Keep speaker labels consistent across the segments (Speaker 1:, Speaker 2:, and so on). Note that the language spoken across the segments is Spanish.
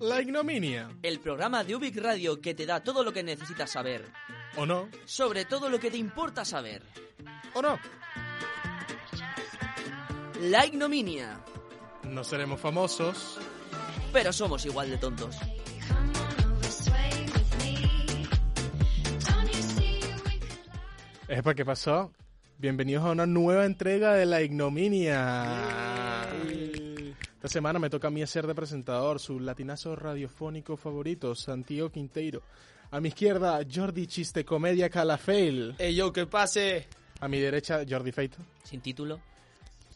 Speaker 1: La ignominia.
Speaker 2: El programa de Ubic Radio que te da todo lo que necesitas saber,
Speaker 1: ¿O no?
Speaker 2: sobre todo lo que te importa saber.
Speaker 1: ¿O no?
Speaker 2: La ignominia.
Speaker 1: No seremos famosos.
Speaker 2: Pero somos igual de tontos.
Speaker 1: Epa, ¿qué pasó? Bienvenidos a una nueva entrega de La ignominia. Esta semana me toca a mí hacer de presentador su latinazo radiofónico favorito, Santiago Quinteiro. A mi izquierda, Jordi Chiste Comedia Calafail.
Speaker 3: Ey, Eh, yo, que pase.
Speaker 1: A mi derecha, Jordi Feito.
Speaker 2: Sin título.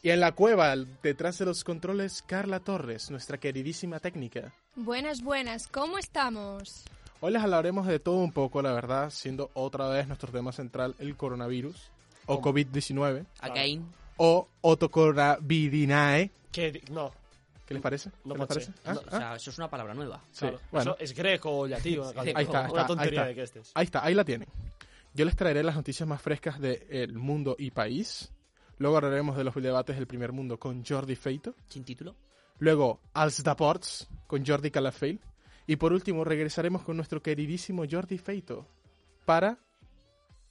Speaker 1: Y en la cueva, detrás de los controles, Carla Torres, nuestra queridísima técnica.
Speaker 4: Buenas, buenas, ¿cómo estamos?
Speaker 1: Hoy les hablaremos de todo un poco, la verdad, siendo otra vez nuestro tema central el coronavirus, o COVID-19,
Speaker 2: Again.
Speaker 1: o otocoravirinae.
Speaker 3: Que no,
Speaker 1: ¿Qué les parece?
Speaker 3: No
Speaker 1: ¿Qué les
Speaker 3: pensé.
Speaker 1: parece? ¿Ah?
Speaker 2: No, o
Speaker 1: ¿Ah?
Speaker 2: sea, eso es una palabra nueva.
Speaker 1: Sí,
Speaker 3: claro.
Speaker 1: bueno.
Speaker 3: Eso es greco o latino.
Speaker 2: Ahí
Speaker 1: Ahí está,
Speaker 2: Una
Speaker 1: está,
Speaker 3: Una tontería
Speaker 1: ahí
Speaker 3: de
Speaker 1: está.
Speaker 3: que estés.
Speaker 1: Ahí está, ahí la tienen. Yo les traeré las noticias más frescas del mundo y país. Luego hablaremos de los debates del primer mundo con Jordi Feito.
Speaker 2: Sin título.
Speaker 1: Luego, Als Daports con Jordi Calafell. Y por último, regresaremos con nuestro queridísimo Jordi Feito para...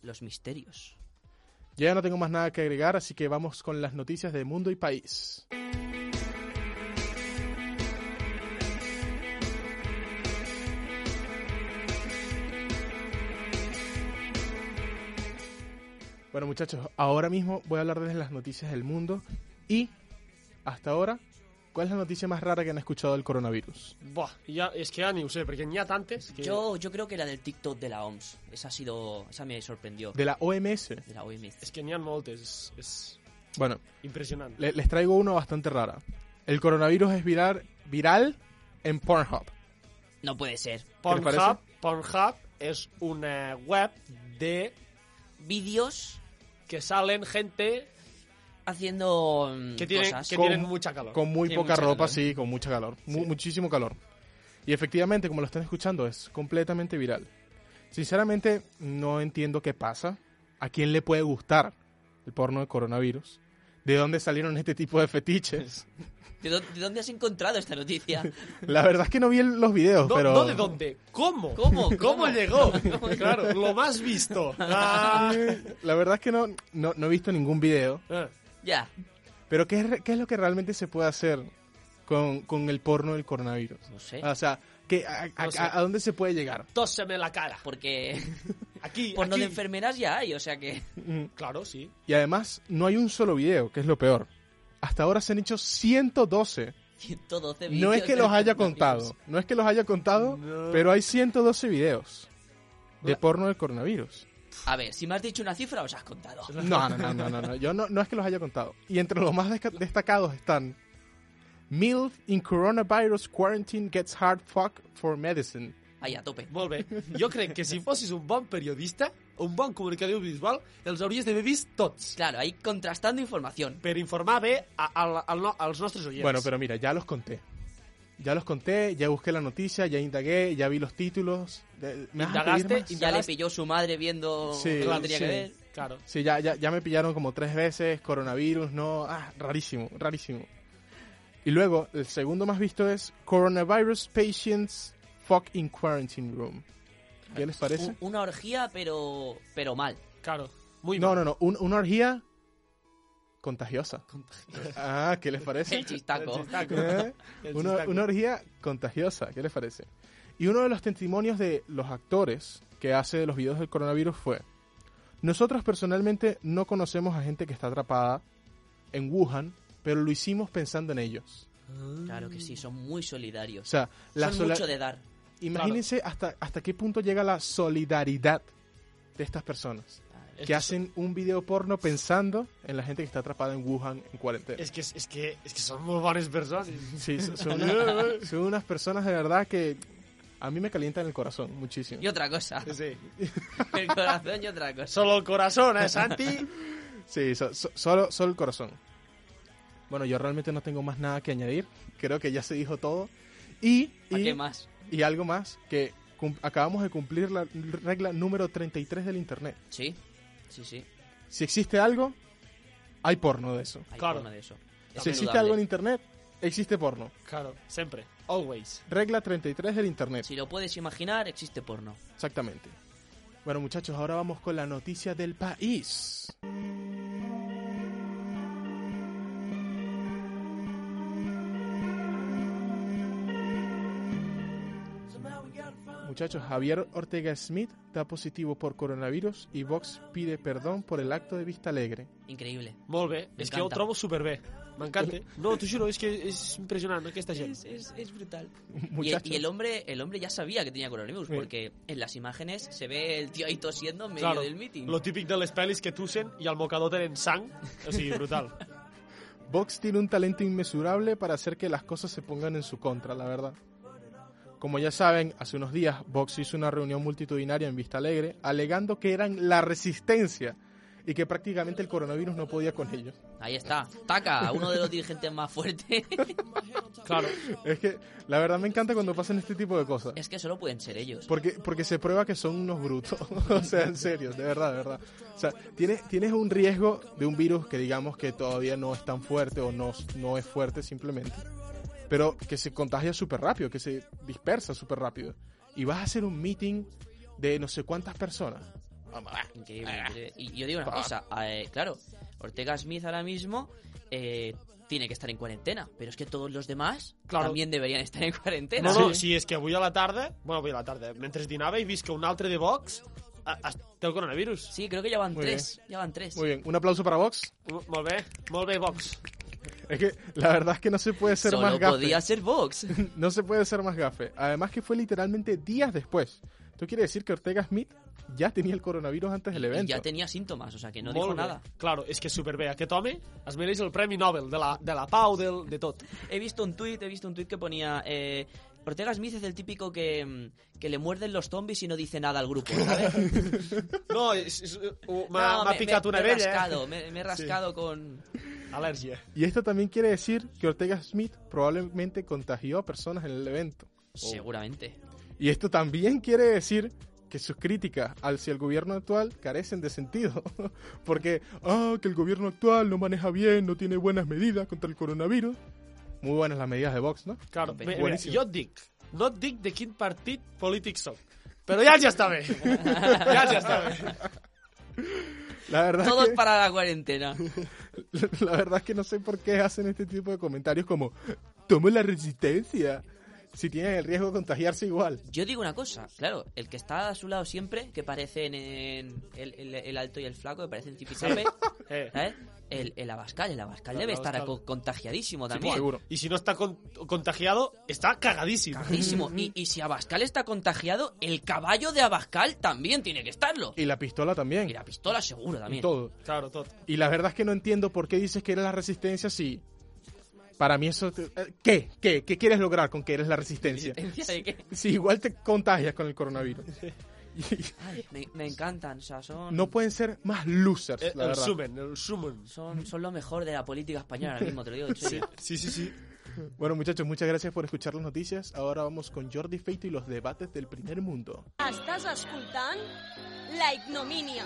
Speaker 2: Los misterios.
Speaker 1: Yo ya no tengo más nada que agregar, así que vamos con las noticias de mundo y país. Bueno muchachos, ahora mismo voy a hablar de las noticias del mundo y hasta ahora, ¿cuál es la noticia más rara que han escuchado del coronavirus?
Speaker 3: Buah, ya, es que ya ni usé, porque ni antes. Que...
Speaker 2: Yo, yo creo que la del TikTok de la OMS. Esa ha sido. Esa me sorprendió.
Speaker 1: De la OMS.
Speaker 2: De la OMS.
Speaker 3: Es que ni han moltes, es, es
Speaker 1: Bueno,
Speaker 3: impresionante.
Speaker 1: le- les traigo una bastante rara. El coronavirus es viral, viral en Pornhub.
Speaker 2: No puede ser.
Speaker 1: les
Speaker 3: Pornhub, Pornhub es una web de
Speaker 2: Vídeos
Speaker 3: que salen gente
Speaker 2: haciendo mm,
Speaker 3: que tiene,
Speaker 2: cosas.
Speaker 3: que
Speaker 1: Con-
Speaker 3: tienen mucha calor.
Speaker 1: Con muy
Speaker 3: Tienen
Speaker 1: poca
Speaker 3: mucha
Speaker 1: ropa,
Speaker 3: calor.
Speaker 1: sí, con mucha calor. Mu- Muchísimo calor. Y efectivamente, como lo están escuchando, es completamente viral. Sinceramente, no entiendo qué pasa. ¿A quién le puede gustar el porno de coronavirus? ¿De dónde salieron este tipo de fetiches?
Speaker 2: ¿De, dó- de dónde has encontrado esta noticia?
Speaker 1: La verdad es que no vi el- los videos,
Speaker 3: No,
Speaker 1: pero...
Speaker 3: no de dónde, ¿cómo?
Speaker 2: ¿Cómo?
Speaker 3: ¿Cómo,
Speaker 2: ¿Cómo?
Speaker 3: llegó? claro, lo más visto. Ah.
Speaker 1: La verdad es que no, no, no he visto ningún video.
Speaker 3: Ah.
Speaker 2: ya.
Speaker 1: Pero ¿qué es, re- qué es lo que realmente se puede hacer con, con el porno del coronavirus? Ah,
Speaker 2: No sé.
Speaker 1: O sea, ¿qué- a, a-
Speaker 3: No sé.
Speaker 1: a- a dónde se puede llegar?
Speaker 3: Tóseme la cara.
Speaker 2: Porque
Speaker 3: Aquí,
Speaker 2: porno
Speaker 3: aquí.
Speaker 2: de enfermeras ya hay, o sea que.
Speaker 1: Mm.
Speaker 3: Claro, sí.
Speaker 1: Y además, no hay un solo video, que es lo peor. Hasta ahora se han hecho 112.
Speaker 2: 112
Speaker 1: No es
Speaker 2: vídeos
Speaker 1: que
Speaker 2: del
Speaker 1: los haya
Speaker 2: coronavirus.
Speaker 1: contado, no es que los haya contado,
Speaker 3: No.
Speaker 1: pero hay 112 videos de
Speaker 2: La-
Speaker 1: porno del coronavirus.
Speaker 2: A ver, si me has dicho una cifra, os has contado.
Speaker 1: No, no, no, no, no, no. Yo no, no es que los haya contado. Y entre los más desca- destacados están MILF in coronavirus quarantine gets hard fuck for medicine.
Speaker 2: Ahí, a tope.
Speaker 3: Molt bé. Jo crec que si fossis un bon periodista, un bon comunicador visual, els hauries d'haver vist tots.
Speaker 2: Claro, ahí contrastando información.
Speaker 3: Per informar bé a, a, a, als nostres oients.
Speaker 1: Bueno, pero mira, ya los conté. Ya los conté, ya busqué la noticia, ya indagué, ya vi los títulos. De- ¿Me vas a pedir
Speaker 3: Indagaste
Speaker 1: más?
Speaker 2: Ya le pilló su madre viendo
Speaker 1: Sí,
Speaker 2: lo que
Speaker 3: Claro,
Speaker 2: tenía
Speaker 1: sí.
Speaker 2: que ver.
Speaker 3: Claro.
Speaker 1: Sí, ya, ya, ya me pillaron como tres veces, coronavirus, no, ah, rarísimo, rarísimo. Y luego, el segundo más visto es Coronavirus Patients Fuck in Quarantine Room. ¿Qué les parece?
Speaker 2: U- Una orgía, pero pero mal.
Speaker 3: Claro. Muy
Speaker 1: No,
Speaker 3: mal.
Speaker 1: no, no, un- una orgía contagiosa. Ah, ¿qué les parece?
Speaker 2: El chistaco.
Speaker 1: ¿Eh?
Speaker 3: El
Speaker 1: Una,
Speaker 3: chistaco.
Speaker 1: una orgía contagiosa, ¿qué les parece? Y uno de los testimonios de los actores que hace de los videos del coronavirus fue, nosotros personalmente no conocemos a gente que está atrapada en Wuhan, pero lo hicimos pensando en ellos.
Speaker 3: Ah,
Speaker 2: Claro que sí, son muy
Speaker 1: O
Speaker 2: solidarios.
Speaker 1: sea, la
Speaker 2: son
Speaker 1: sola-
Speaker 2: mucho de dar.
Speaker 1: imagínense hasta, hasta qué punto llega la solidaridad de estas personas.
Speaker 2: Madre
Speaker 3: Es
Speaker 1: que hacen un video porno pensando en la gente que está atrapada en Wuhan en cuarentena.
Speaker 3: Es que, es, que, es que son muy buenas personas.
Speaker 1: Sí, son, son unas, son unas personas de verdad que a mí me calientan el corazón muchísimo.
Speaker 2: Y otra cosa.
Speaker 3: Sí.
Speaker 2: El corazón y otra cosa.
Speaker 3: Solo el corazón, ¿eh, Santi?
Speaker 1: Sí, so- so- solo, solo el corazón. Bueno, yo realmente no tengo más nada que añadir. Creo que ya se dijo todo. Y,
Speaker 2: ¿Para
Speaker 1: y,
Speaker 2: qué más?
Speaker 1: y algo más, que cum- acabamos de cumplir la regla número 33 del Internet.
Speaker 2: Sí, sí, sí.
Speaker 1: Si existe algo, hay porno de eso.
Speaker 2: Hay
Speaker 3: Claro.
Speaker 2: forma de eso. Es
Speaker 1: si existe
Speaker 2: indudable.
Speaker 1: algo en Internet, existe porno.
Speaker 3: Claro, siempre. Always.
Speaker 1: Regla 33 del Internet.
Speaker 2: Si lo puedes imaginar, existe porno.
Speaker 1: Exactamente. Bueno, muchachos, ahora vamos con la noticia del país. Muchachos, Javier Ortega Smith da positivo por coronavirus y Vox pide perdón por el acto de vista alegre.
Speaker 2: Increíble.
Speaker 3: Molt bé.
Speaker 2: Me
Speaker 3: és que ho
Speaker 2: encanta.
Speaker 3: trobo superbé. M'encanta. No, t'ho juro, és que és impressionant aquesta gent.
Speaker 2: Es, es- es brutal. Y el,
Speaker 1: Muchachos,
Speaker 2: y el hombre el hombre ya sabía que tenía coronavirus,
Speaker 1: Sí.
Speaker 2: porque en las imágenes se ve el tío ahí tosiendo en medio
Speaker 3: Claro,
Speaker 2: del meeting.
Speaker 3: lo típic de les pel·lis que tussen i al mocador tenen sang. O sigui, brutal.
Speaker 1: Vox tiene un talento inmesurable para hacer que las cosas se pongan en su contra, la verdad. Como ya saben, hace unos días Vox hizo una reunión multitudinaria en Vista Alegre alegando que eran la resistencia y que prácticamente el coronavirus no podía con ellos.
Speaker 2: Ahí está. Taca, uno de los dirigentes más fuertes.
Speaker 3: Claro.
Speaker 1: Es que la verdad me encanta cuando pasan este tipo de cosas.
Speaker 2: es que solo pueden ser ellos.
Speaker 1: Porque, porque se prueba que son unos brutos. o sea, en serio, de verdad, de verdad. O sea, tienes, tienes un riesgo de un virus que digamos que todavía no es tan fuerte o no, no es fuerte simplemente. Pero que se contagia súper rápido, que se dispersa súper rápido. Y vas a hacer un meeting de no sé cuántas personas. Vamos, va.
Speaker 2: Increíble, increíble. Y yo digo
Speaker 1: Ah.
Speaker 2: una cosa, eh, claro, Ortega Smith ahora mismo eh, tiene que estar en cuarentena, pero es que todos los demás
Speaker 3: Claro.
Speaker 2: también deberían estar en cuarentena.
Speaker 3: No, no, si és que avui a la tarda... Bueno, avui a la tarda. Mentre dinava he vist que un altre de Vox a- a- té el coronavirus.
Speaker 2: Sí, creo que ya van
Speaker 1: Muy
Speaker 2: tres. Ya van tres.
Speaker 1: Muy bien, un aplauso para Vox.
Speaker 3: M- Molt bé, molt bé, Vox.
Speaker 1: Es que la verdad es que no se puede ser
Speaker 2: Solo
Speaker 1: más gafe.
Speaker 2: podía ser Vox.
Speaker 1: No se puede ser más gafe. Además que fue literalmente días después. Esto quiere decir que Ortega Smith ya tenía el coronavirus antes del
Speaker 2: Y
Speaker 1: evento.
Speaker 2: ya tenía síntomas, o sea que no
Speaker 3: Molt
Speaker 2: dijo
Speaker 3: bé.
Speaker 2: nada.
Speaker 3: Claro, és que superbé. Aquest home es mereix el Premi Nobel de la, de la pau, del, de tot.
Speaker 2: He visto un tuit, he visto un tuit que ponía... eh, Ortega Smith es el típico que, mm, que le muerden los zombies y no dice nada al grupo, ¿sabes?
Speaker 3: No, és- és- ho- m'ha
Speaker 2: No,
Speaker 3: m'ha
Speaker 2: me-
Speaker 3: picat
Speaker 2: me-
Speaker 3: una
Speaker 2: me he
Speaker 3: vella. eh?
Speaker 2: rascado, me, me he rascado con...
Speaker 3: Al·lèrgia.
Speaker 1: Y esto también quiere decir que Ortega Smith probablemente contagió a personas en el evento.
Speaker 2: Oh. Seguramente.
Speaker 1: Y esto también quiere decir que sus críticas hacia el gobierno actual carecen de sentido. Porque, ah, que el gobierno actual no maneja bien, no tiene buenas medidas contra el coronavirus. Muy buenas las medidas de Vox, ¿no?
Speaker 3: Claro,
Speaker 2: Bé,
Speaker 3: bé, bé,
Speaker 1: buenísimo.
Speaker 3: jo et dic, no et dic de quin partit polític soc, però ja ja està bé. ja ja està bé.
Speaker 1: La verdad,
Speaker 2: Todos
Speaker 1: es que,
Speaker 2: para la cuarentena.
Speaker 1: la verdad es que no sé por qué hacen este tipo de comentarios como, tomo la resistencia, si tienen el riesgo de contagiarse igual.
Speaker 2: Yo digo una cosa, claro, el que está a su lado siempre, que parecen en el, el- el alto y el flaco, que parecen zipizape,
Speaker 3: Eh.
Speaker 2: ¿sabes? El, el Abascal, el Abascal
Speaker 3: El
Speaker 2: debe estar
Speaker 3: Abascal.
Speaker 2: co- contagiadimo
Speaker 1: Sí,
Speaker 2: también.
Speaker 1: seguro.
Speaker 3: I si no està con contagiado, està cagadísimo.
Speaker 2: Cagadísimo. Y, y si Abascal está contagiado, el caballo de Abascal también tiene que estarlo.
Speaker 1: Y la pistola también.
Speaker 2: Y la pistola seguro
Speaker 1: y
Speaker 2: también.
Speaker 1: todo.
Speaker 3: Claro, tot.
Speaker 1: Y la verdad es que no entiendo por qué dices que eres la resistencia si... Para mí eso... te- eh, ¿Qué? ¿Qué? ¿Qué quieres lograr con que eres la resistencia?
Speaker 2: ¿Resistencia de qué?
Speaker 1: Si igual te contagias con el coronavirus. Y
Speaker 2: Ay, me, me encantan, o sea, son,
Speaker 1: no pueden ser más losers,
Speaker 3: Eh,
Speaker 1: la
Speaker 3: el
Speaker 1: verdad.
Speaker 3: sumen, el sumen.
Speaker 2: son, son lo mejor de la política española ahora mismo, te lo digo. en
Speaker 3: Sí,
Speaker 2: serio.
Speaker 3: sí, sí. sí.
Speaker 1: Bueno, muchachos, muchas gracias por escuchar las noticias. Ahora vamos con Jordi Feito y los debates del primer mundo.
Speaker 5: Estàs escoltant La Ignomínia.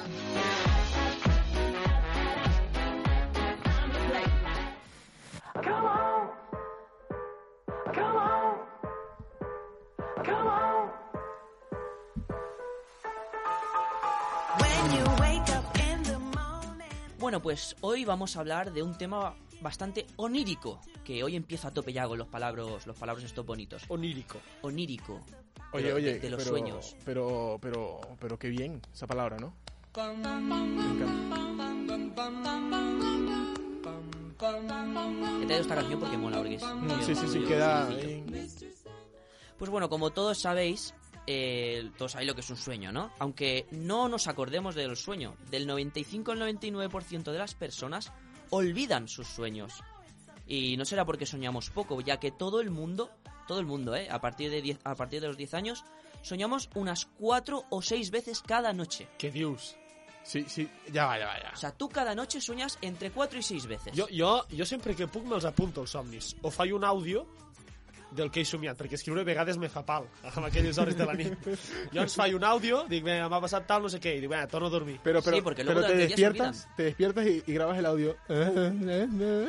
Speaker 2: Bueno, pues hoy vamos a hablar de un tema bastante onírico, que hoy empiezo a tope ya con los palabras, los palabras estos bonitos.
Speaker 3: Onírico.
Speaker 2: Onírico.
Speaker 1: Oye,
Speaker 2: Pero
Speaker 1: oye,
Speaker 2: de, de los
Speaker 1: pero,
Speaker 2: sueños.
Speaker 1: Pero, pero, pero qué bien esa palabra, ¿no?
Speaker 2: He traído esta canción porque mola, porque es-
Speaker 1: Mm, Sí, sí, sí,
Speaker 2: yo-
Speaker 1: queda...
Speaker 2: sencillo.
Speaker 1: ahí.
Speaker 2: Pues bueno, como todos sabéis, eh, todos sabéis lo que es un sueño, ¿no? Aunque no nos acordemos del sueño, del 95 al 99% de las personas olvidan sus sueños. Y no será porque soñamos poco, ya que todo el mundo, todo el mundo, ¿eh? A partir de, 10 a partir de los 10 años, soñamos unas 4 o 6 veces cada noche.
Speaker 1: Que Dios. Sí, sí, ya va, ya va, ya.
Speaker 2: O sea, tú cada noche sueñas entre 4 y 6 veces.
Speaker 3: Jo, jo, jo sempre que puc me'ls apunto, els somnis. O faig un àudio del que he somiat, perquè escriure a vegades me fa pal, amb aquelles hores de la nit. Jo ens faig un àudio, dic, "Vinga, m'ha passat tal, no sé què, i dic, bueno, torno a dormir.
Speaker 1: Pero, pero,
Speaker 2: Sí, porque luego
Speaker 1: pero te
Speaker 2: durante el día se
Speaker 1: despiertas, te despiertas y, y grabas el audio.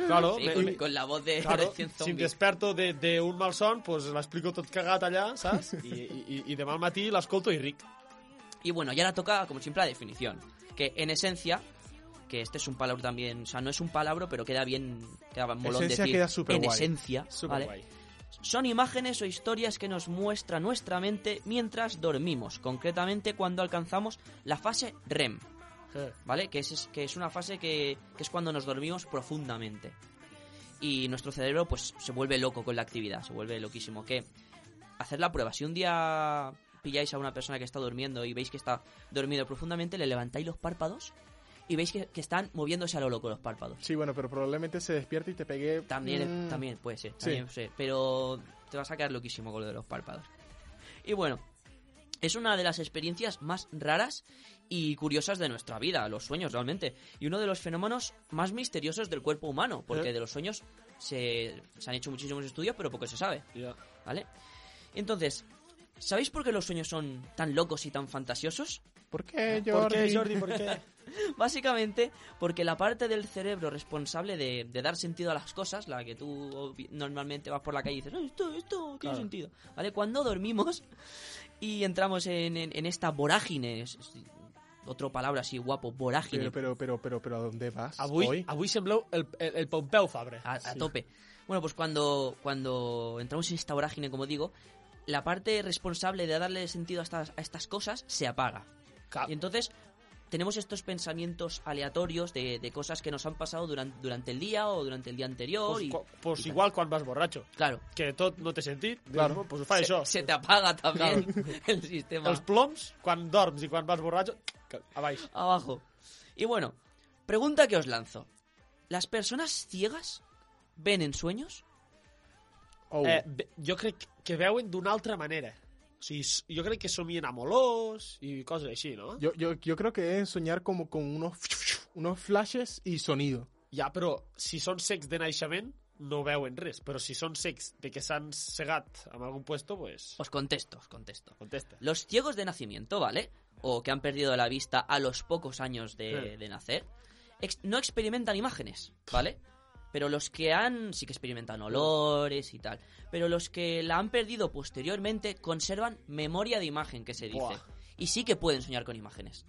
Speaker 3: Claro,
Speaker 2: Sí,
Speaker 3: me-
Speaker 2: con, con la voz de
Speaker 3: Claro,
Speaker 2: recién
Speaker 3: si em
Speaker 2: zombie.
Speaker 3: desperto de- d'un mal son, pues l'explico tot cagat allà, saps? I, i, i demà al matí l'escolto i ric.
Speaker 2: Y bueno, ya la toca como siempre la definición. Que en esencia, que este es un palabra también, o sea, no es un palabra, pero queda bien, queda molón
Speaker 1: Esencia
Speaker 2: decir.
Speaker 1: queda superguay.
Speaker 2: en esencia, ¿vale?
Speaker 3: Superguai.
Speaker 2: Son imágenes o historias que nos muestra nuestra mente mientras dormimos, concretamente cuando alcanzamos la fase REM,
Speaker 3: Eh.
Speaker 2: ¿vale? Que es, es- que es una fase que, que es cuando nos dormimos profundamente. Y nuestro cerebro, pues, se vuelve loco con la actividad, se vuelve loquísimo. Que hacer la prueba. Si un día pilláis a una persona que está durmiendo y veis que está dormido profundamente, le levantáis los párpados y veis que, que están moviéndose a lo loco los párpados.
Speaker 1: Sí, bueno, pero probablemente se despierta y te pegué.
Speaker 2: También,
Speaker 1: Mm.
Speaker 2: también puede ser,
Speaker 1: Sí.
Speaker 2: también puede ser, Pero te vas a quedar loquísimo con lo de los párpados. Y bueno, es una de las experiencias más raras y curiosas de nuestra vida, los sueños realmente. Y uno de los fenómenos más misteriosos del cuerpo humano, porque
Speaker 3: ¿Eh?
Speaker 2: de los sueños se, se han hecho muchísimos estudios, pero poco se sabe,
Speaker 3: Ja.
Speaker 2: ¿vale? Entonces, ¿sabéis por qué los sueños son tan locos y tan fantasiosos?
Speaker 1: ¿Por qué, Jordi?
Speaker 3: Per què, Jordi, per què?
Speaker 2: Básicamente porque la parte del cerebro responsable de, de dar sentido a las cosas, la que tú obvi- normalmente vas por la calle y dices, "Ah, esto, esto tiene
Speaker 3: Claro.
Speaker 2: sentido, ¿vale? Cuando dormimos y entramos en, en- en esta vorágine, es- es- otra palabra así guapo, vorágine,
Speaker 1: Pero, pero, pero, pero, pero, ¿a dónde vas?
Speaker 3: Avui,
Speaker 1: hoy?
Speaker 3: avui sembleu el, el, el Pompeu Fabra.
Speaker 2: a, a tope. Bueno, pues cuando, cuando entramos en esta vorágine, como digo, la parte responsable de darle sentido a estas, a estas cosas se apaga.
Speaker 3: Cap.
Speaker 2: Y entonces tenemos estos pensamientos aleatorios de, de cosas que nos han pasado durante, durante el día o durante el día anterior.
Speaker 3: Pues,
Speaker 2: y,
Speaker 3: cu- pues igual quan vas borratxo.
Speaker 2: Claro,
Speaker 3: que tot no té sentit,
Speaker 1: Claro.
Speaker 3: claro. dius, pues ho fa
Speaker 2: se,
Speaker 3: això.
Speaker 2: se te apaga también el sistema
Speaker 3: Els ploms, quan dorms i quan vas borratxo, que- a baix.
Speaker 2: abajo. Y bueno, pregunta que os lanzo. ¿Las personas ciegas ven en sueños?
Speaker 1: Oh.
Speaker 3: Eh, bé, jo crec que veuen d'una altra manera. O sigui, s- jo crec que somien amb olors i coses així, no?
Speaker 1: yo, yo, yo creo que es soñar como con unos, unos flashes y sonido.
Speaker 3: Ja, però si són secs de naixement, no veuen res. Però si són secs de que s'han cegat en algun puesto, pues...
Speaker 2: Os contesto, os contesto.
Speaker 3: Contesta.
Speaker 2: Los ciegos de nacimiento, ¿vale? O que han perdido la vista a los pocos años de,
Speaker 3: Sí.
Speaker 2: de nacer, ex- no experimentan imágenes, ¿vale? Pero los que han. sí que experimentan olores y tal. Pero los que la han perdido posteriormente conservan memoria de imagen, que se dice.
Speaker 3: Buah.
Speaker 2: Y sí que pueden soñar con imágenes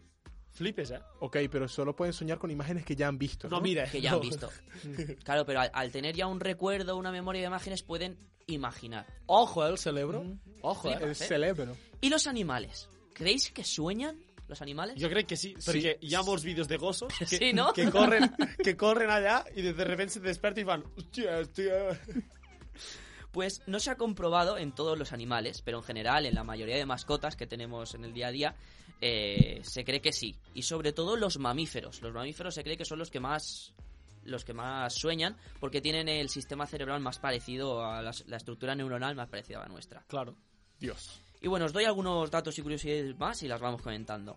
Speaker 3: Flipes, eh?
Speaker 1: Ok, pero solo pueden soñar con imágenes que ya han visto. No,
Speaker 3: No, mira.
Speaker 2: que ya
Speaker 3: no.
Speaker 2: han visto. Claro, pero al, al tener ya un recuerdo, una memoria de imágenes, pueden imaginar.
Speaker 3: Ojo, eh, el cerebro. Ojo, eh?
Speaker 2: Flipa.
Speaker 1: El
Speaker 2: ¿eh?
Speaker 1: cerebro.
Speaker 2: ¿Y los animales? ¿Creéis que sueñan los animales?
Speaker 3: Jo crec que sí, perquè hi ha molts vídeos de gossos que,
Speaker 2: Sí, no?
Speaker 3: que, corren, que corren allà i de repente se desperten i fan... Hòstia, hòstia...
Speaker 2: Pues no se ha comprobado en todos los animales, pero en general, en la mayoría de mascotas que tenemos en el día a día, eh, se cree que sí. Y sobre todo los mamíferos. Los mamíferos se cree que son los que más los que más sueñan porque tienen el sistema cerebral más parecido a las- la estructura neuronal más parecida a la nuestra.
Speaker 3: Claro.
Speaker 1: Dios.
Speaker 2: Y bueno, os doy algunos datos y curiosidades más y las vamos comentando.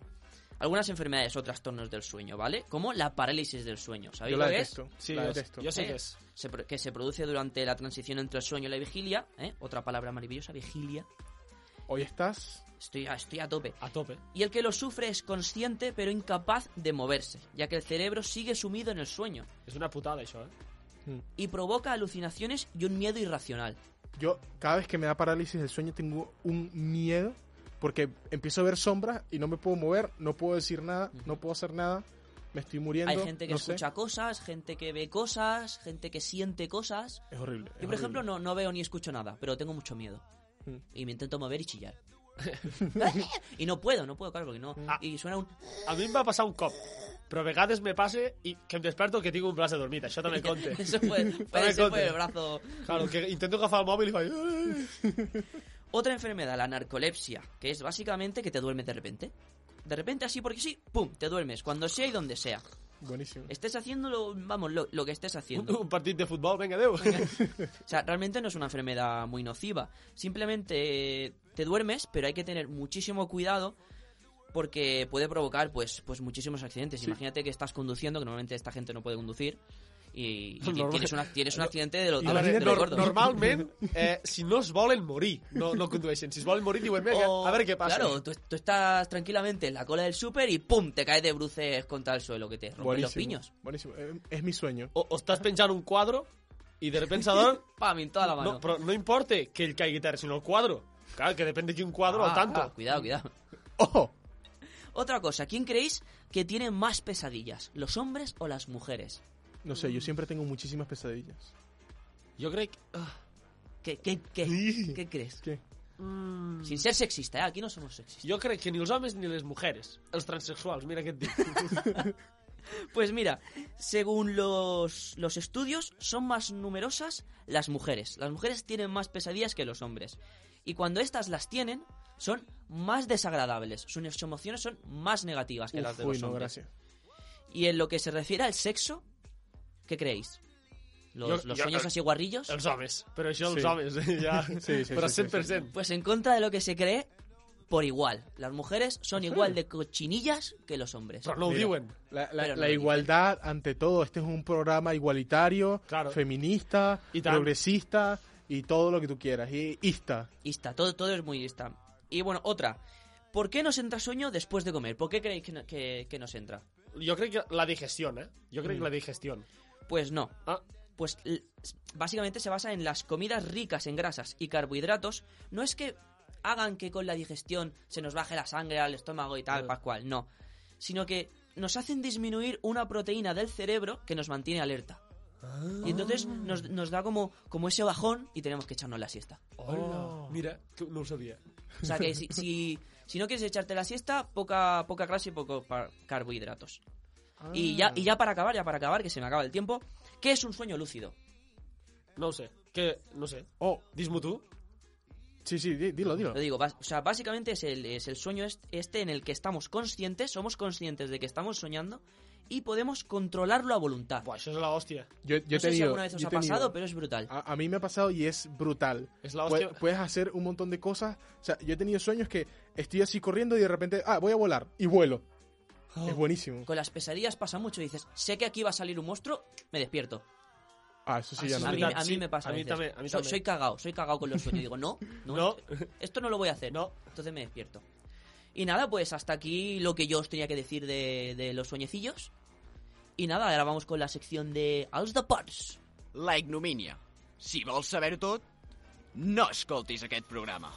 Speaker 2: Algunas enfermedades o trastornos del sueño, ¿vale? Como la parálisis del sueño. ¿Sabéis
Speaker 1: Yo la
Speaker 2: lo ¿eh? que es?
Speaker 1: detesto.
Speaker 3: Sí,
Speaker 1: la
Speaker 3: jo,
Speaker 1: detesto.
Speaker 3: jo sé
Speaker 2: Eh,
Speaker 3: què és.
Speaker 2: se pro- que se produce durante la transición entre el sueño y la vigilia. ¿eh? Otra palabra maravillosa, vigilia.
Speaker 1: Hoy estás.
Speaker 2: Estoy a, estoy a tope.
Speaker 3: A tope.
Speaker 2: Y el que lo sufre es consciente pero incapaz de moverse, ya que el cerebro sigue sumido en el sueño
Speaker 3: És una putada, això, eh?
Speaker 2: y provoca alucinaciones y un miedo irracional.
Speaker 1: Yo, cada vez que me da parálisis del sueño, tengo un miedo. Porque empiezo a ver sombras y no me puedo mover, no puedo decir nada, no puedo hacer nada. Me estoy muriendo.
Speaker 2: Hay gente que
Speaker 1: no sé.
Speaker 2: escucha cosas, gente que ve cosas, gente que siente cosas.
Speaker 1: Es horrible. es
Speaker 2: Yo, por ejemplo,
Speaker 1: horrible.
Speaker 2: no, no veo ni escucho nada, pero tengo mucho miedo.
Speaker 1: Mm.
Speaker 2: Y me intento mover y chillar. y no puedo, no puedo, claro, porque no.
Speaker 3: Ah.
Speaker 2: Y suena un...
Speaker 3: A mi em va passar un cop, però a vegades me passa i que em desperto que tinc un braç adormit, això també compte.
Speaker 2: Eso puede, puede
Speaker 3: Dame
Speaker 2: ser por
Speaker 3: conte.
Speaker 2: el brazo.
Speaker 3: Claro, que intento agafar el mòbil i faig...
Speaker 2: Otra enfermedad, la narcolepsia, que es básicamente que te duermes de repente. De repente así porque sí, pum, te duermes, cuando sea y donde sea.
Speaker 1: Buenísimo.
Speaker 2: Estés haciendo lo, vamos, lo, lo que estés
Speaker 3: Un,
Speaker 2: haciendo.
Speaker 3: un partit de futbol, vinga, adeu.
Speaker 2: O sea, realmente no es una enfermedad muy nociva. Simplemente eh, te duermes, pero hay que tener muchísimo cuidado porque puede provocar pues, pues muchísimos accidentes. Imagínate que estás conduciendo, que normalmente esta gente no puede conducir, y, y ti-
Speaker 3: Normal.
Speaker 2: tienes, una- tienes un accidente de, lo- de,
Speaker 3: A
Speaker 2: los-
Speaker 3: veure,
Speaker 2: de los
Speaker 3: nor-
Speaker 2: gordos.
Speaker 3: normalment, eh, si no es volen morir, no, no condueixen. Si es volen morir, diuen, "Vinga,
Speaker 2: O,
Speaker 3: a veure què passa.
Speaker 2: Claro, tú, tú estás tranquilamente en la cola del súper y ¡pum! te caes de bruces contra el suelo, que te rompen los
Speaker 1: Buenísimo.
Speaker 2: piños.
Speaker 1: Buenísimo. Eh, Es mi sueño.
Speaker 3: O, o estàs penjant un quadro i de repente s'adonen...
Speaker 2: ¡Pam! en toda la mano.
Speaker 3: No, però no importa que ell caigui terra, sinó el quadro. Clar, que depèn de quin quadro,
Speaker 2: Ah,
Speaker 3: al tanto.
Speaker 2: ah, cuidado, cuidado.
Speaker 1: ¡Ojo!
Speaker 2: Otra cosa, ¿quién creéis que tiene más pesadillas? ¿Los hombres o las mujeres?
Speaker 1: No sé,
Speaker 2: Mm.
Speaker 1: yo siempre tengo muchísimas pesadillas.
Speaker 3: Jo crec... Ah,
Speaker 2: ¿Qué, qué, qué,
Speaker 1: Sí.
Speaker 2: qué crees?
Speaker 1: ¿Qué?
Speaker 3: mm,
Speaker 2: Sin ser sexista, ¿eh? aquí no somos sexistas.
Speaker 3: jo crec que ni els homes ni les mujeres, els transexuals, mira què et dic.
Speaker 2: Pues mira, según los, los estudios, son más numerosas las mujeres. Las mujeres tienen más pesadillas que los hombres. Y cuando estas las tienen, son más desagradables. Sus emociones son más negativas que las
Speaker 1: Uf,
Speaker 2: de
Speaker 1: uy,
Speaker 2: los
Speaker 1: no,
Speaker 2: hombres.
Speaker 1: gracias.
Speaker 2: Y en lo que se refiere al sexo, ¿qué creéis? ¿Los,
Speaker 3: Yo-
Speaker 2: los
Speaker 3: yo-
Speaker 2: sueños así guarrillos?
Speaker 3: els homes, però això els
Speaker 1: Sí.
Speaker 3: homes, eh, ja.
Speaker 1: Sí, sí,
Speaker 3: però
Speaker 1: sí, sí,
Speaker 3: 100%.
Speaker 2: Pues en contra de lo que se cree, por igual. Las mujeres son igual de cochinillas que los hombres.
Speaker 3: Però no ho
Speaker 1: Mira.
Speaker 3: diuen.
Speaker 1: La,
Speaker 2: Pero
Speaker 1: la,
Speaker 2: no
Speaker 1: la
Speaker 2: lo
Speaker 1: igualdad ante todo. Este es un programa igualitario,
Speaker 3: Claro.
Speaker 1: feminista,
Speaker 3: Y tan-
Speaker 1: progresista y todo lo que tú quieras. Y ista.
Speaker 2: Ista, todo, todo es muy ista. Y bueno, otra. ¿Por qué nos entra sueño después de comer? ¿Por qué creéis que, no- que- que nos entra?
Speaker 3: Jo crec que la digestió, eh? Jo crec
Speaker 2: Mm.
Speaker 3: que la digestió.
Speaker 2: Pues no.
Speaker 3: Ah.
Speaker 2: Pues l- s- básicamente se basa en las comidas ricas en grasas y carbohidratos. No es que hagan que con la digestión se nos baje la sangre al estómago y tal,
Speaker 3: Ah.
Speaker 2: Pascual, no. Sino que nos hacen disminuir una proteína del cerebro que nos mantiene alerta. Y entonces nos, nos da como, como ese bajón y tenemos que echarnos la siesta.
Speaker 3: Hola. Mira, que no ho sabia.
Speaker 2: O sea que si, si, si no quieres echarte la siesta, poca, poca grasa y poco par- carbohidratos. Y,
Speaker 1: Ah.
Speaker 2: ya, y ya para acabar, ya para acabar, que se me acaba el tiempo, ¿qué es un sueño lúcido?
Speaker 3: No ho sé. Que, no sé.
Speaker 1: Oh,
Speaker 3: Dis-m'ho tu.
Speaker 1: sí, sí, di- dilo, dilo.
Speaker 2: Lo digo, bas- o sea, básicamente es el, es el sueño est- este en el que estamos conscientes, somos conscientes de que estamos soñando y podemos controlarlo a voluntad.
Speaker 3: Buah, això és la hòstia.
Speaker 1: Yo, yo
Speaker 2: no
Speaker 1: he
Speaker 2: sé si
Speaker 1: tenido-
Speaker 2: alguna vez os
Speaker 1: yo
Speaker 2: ha
Speaker 1: he tenido-
Speaker 2: pasado, pero es brutal.
Speaker 1: A, a mí me ha pasado y es brutal.
Speaker 3: És la
Speaker 1: Pue-
Speaker 3: hòstia.
Speaker 1: Puedes, hacer un montón de cosas. O sea, yo he tenido sueños que estoy así corriendo y de repente, ah, voy a volar. Y vuelo.
Speaker 2: Oh.
Speaker 1: Es buenísimo.
Speaker 2: Con las pesadillas pasa mucho, dices, sé que aquí va a salir un monstruo, me despierto.
Speaker 1: Ah, eso sí,
Speaker 3: Ah,
Speaker 1: ya
Speaker 3: sí,
Speaker 1: no.
Speaker 2: a, mí,
Speaker 3: verdad,
Speaker 2: a mí
Speaker 3: sí.
Speaker 2: me pasa.
Speaker 3: A mí
Speaker 2: veces.
Speaker 3: también, a mí
Speaker 2: soy,
Speaker 3: también.
Speaker 2: soy cagao, soy cagao con los sueños. Digo, no, no,
Speaker 3: No.
Speaker 2: esto no lo voy a hacer.
Speaker 3: No.
Speaker 2: Entonces me despierto. Y nada, pues hasta aquí lo que yo os tenía que decir de, de los sueñecillos. Y nada, ahora vamos con la sección de Els de Pots.
Speaker 6: La ignomínia. Si vols saber-ho tot, no escoltis aquest programa.